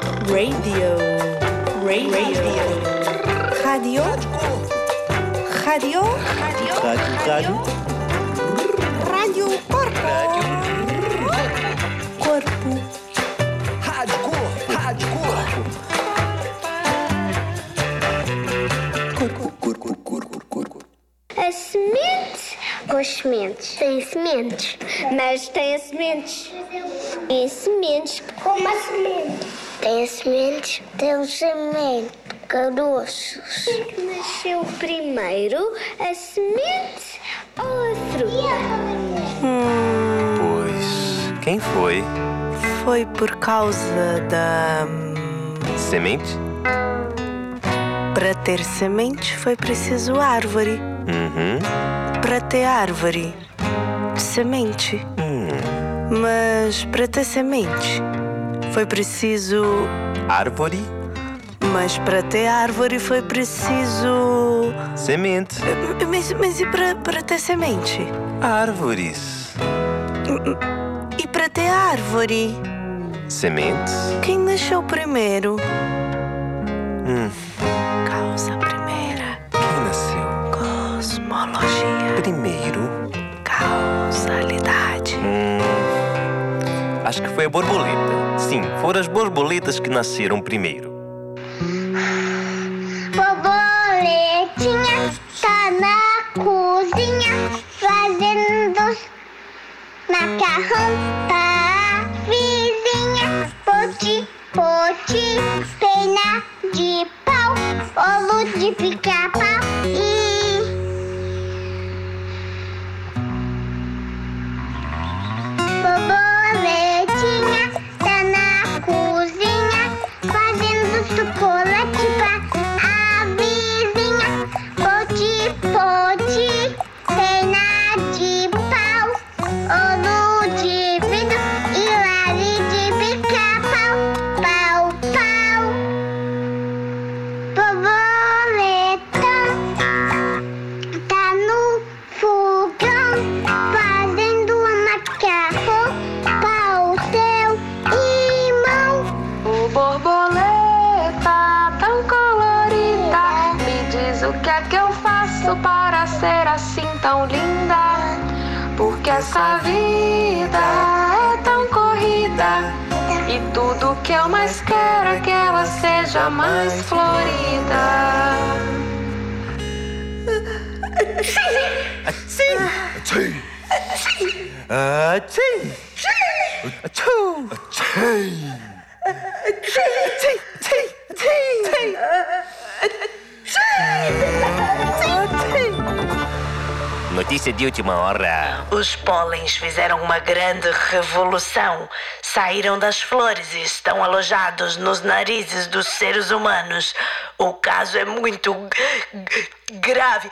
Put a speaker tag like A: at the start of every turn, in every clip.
A: Radio. Radio. Radio. Radio.
B: Rádio,
A: Radio Corpo. Corpo.
B: Corpo, corpo, corpo.
C: As sementes, as sementes, tem sementes, mas tem sementes. E sementes. Como as sementes? Tem as sementes, tem os sementes, caroços. que nasceu primeiro, a semente ou a fruta?
A: Hum,
D: Pois quem foi?
A: Foi por causa da.
D: Semente?
A: Para ter sementes foi preciso árvore.
D: Uhum.
A: Para ter árvore, semente. Mas para ter semente foi preciso.
D: Árvore?
A: Mas para ter árvore foi preciso.
D: Semente.
A: Mas, mas e para, para ter semente?
D: Árvores.
A: E para ter árvore?
D: Sementes?
A: Quem nasceu primeiro? Causa primeira.
D: Hum, Quem nasceu?
A: Cosmologia.
D: Primeiro?
A: Causalidade.
D: Acho que foi a borboleta. Sim, foram as borboletas que nasceram primeiro.
C: Borboletinha tá na cozinha fazendo os macarrão pra vizinha. Poti, poti, pena de pau, bolo de pica-pau e... Borboletinha tá na cozinha fazendo chocolate pra a vizinha. Pote, pote, pena de pau, ouro de vidro e lari de pica-pau. Pau, pau. Borboletão tá no fogão fazendo um macarrão para o seu irmão.
E: O borboleta tão colorida, me diz o que é que eu faço para ser assim tão linda? Porque essa vida é tão corrida e tudo que eu mais quero é que ela seja mais florida.
D: Achei! Achou! Notícia de última hora.
F: Os pólens fizeram uma grande revolução. Saíram das flores e estão alojados nos narizes dos seres humanos. O caso é muito g- g- grave.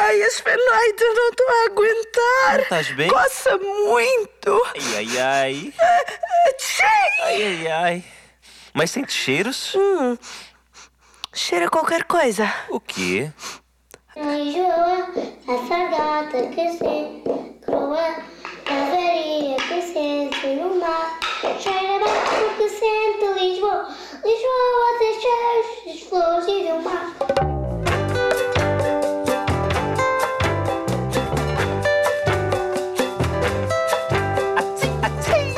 A: Ai, Esfelaide, eu não estou a aguentar.
D: Estás bem?
A: Coça muito.
D: Ai, ai, ai. Ai, ai, ai. Mas sente cheiros?
A: Hum. Cheira qualquer coisa.
D: O quê?
C: Enjoa, a sargata que se croa, cavaria que sente no mar. Cheira bem o que sente Lisboa, Lisboa tem cheiros de flores e do mar.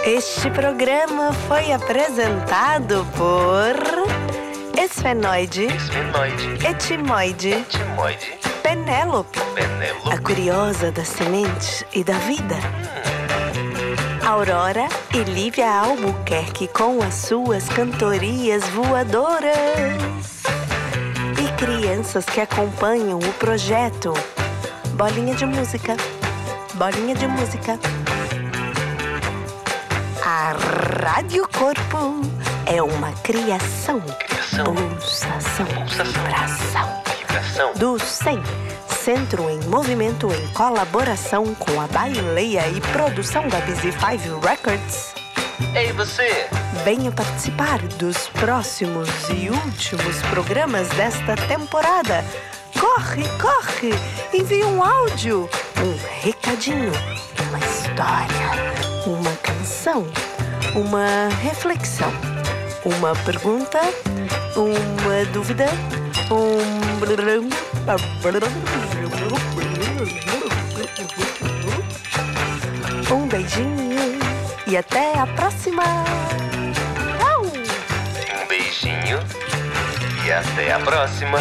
A: Este programa foi apresentado por esfenoide,
D: Esfenoide,
A: etimoide,
D: timoide,
A: penélope,
D: penelo,
A: a curiosa das sementes e da vida. Aurora e Lívia Albuquerque com as suas cantorias voadoras. E crianças que acompanham o projeto. Bolinha de música. Bolinha de música. A Rádio Corpo é uma criação.
D: Criação.
A: Pulsação.
D: Pulsação.
A: Vibração
D: vibração.
A: do SEM, Centro em Movimento em colaboração com a Baileia e produção da Busy Five Records.
D: Ei, você!
A: Venha participar dos próximos e últimos programas desta temporada. Corre, corre! Envie um áudio, um recadinho, uma história, uma canção, uma reflexão, uma pergunta, uma dúvida, um. Um beijinho e até a próxima! Au!
D: Um beijinho e até a próxima!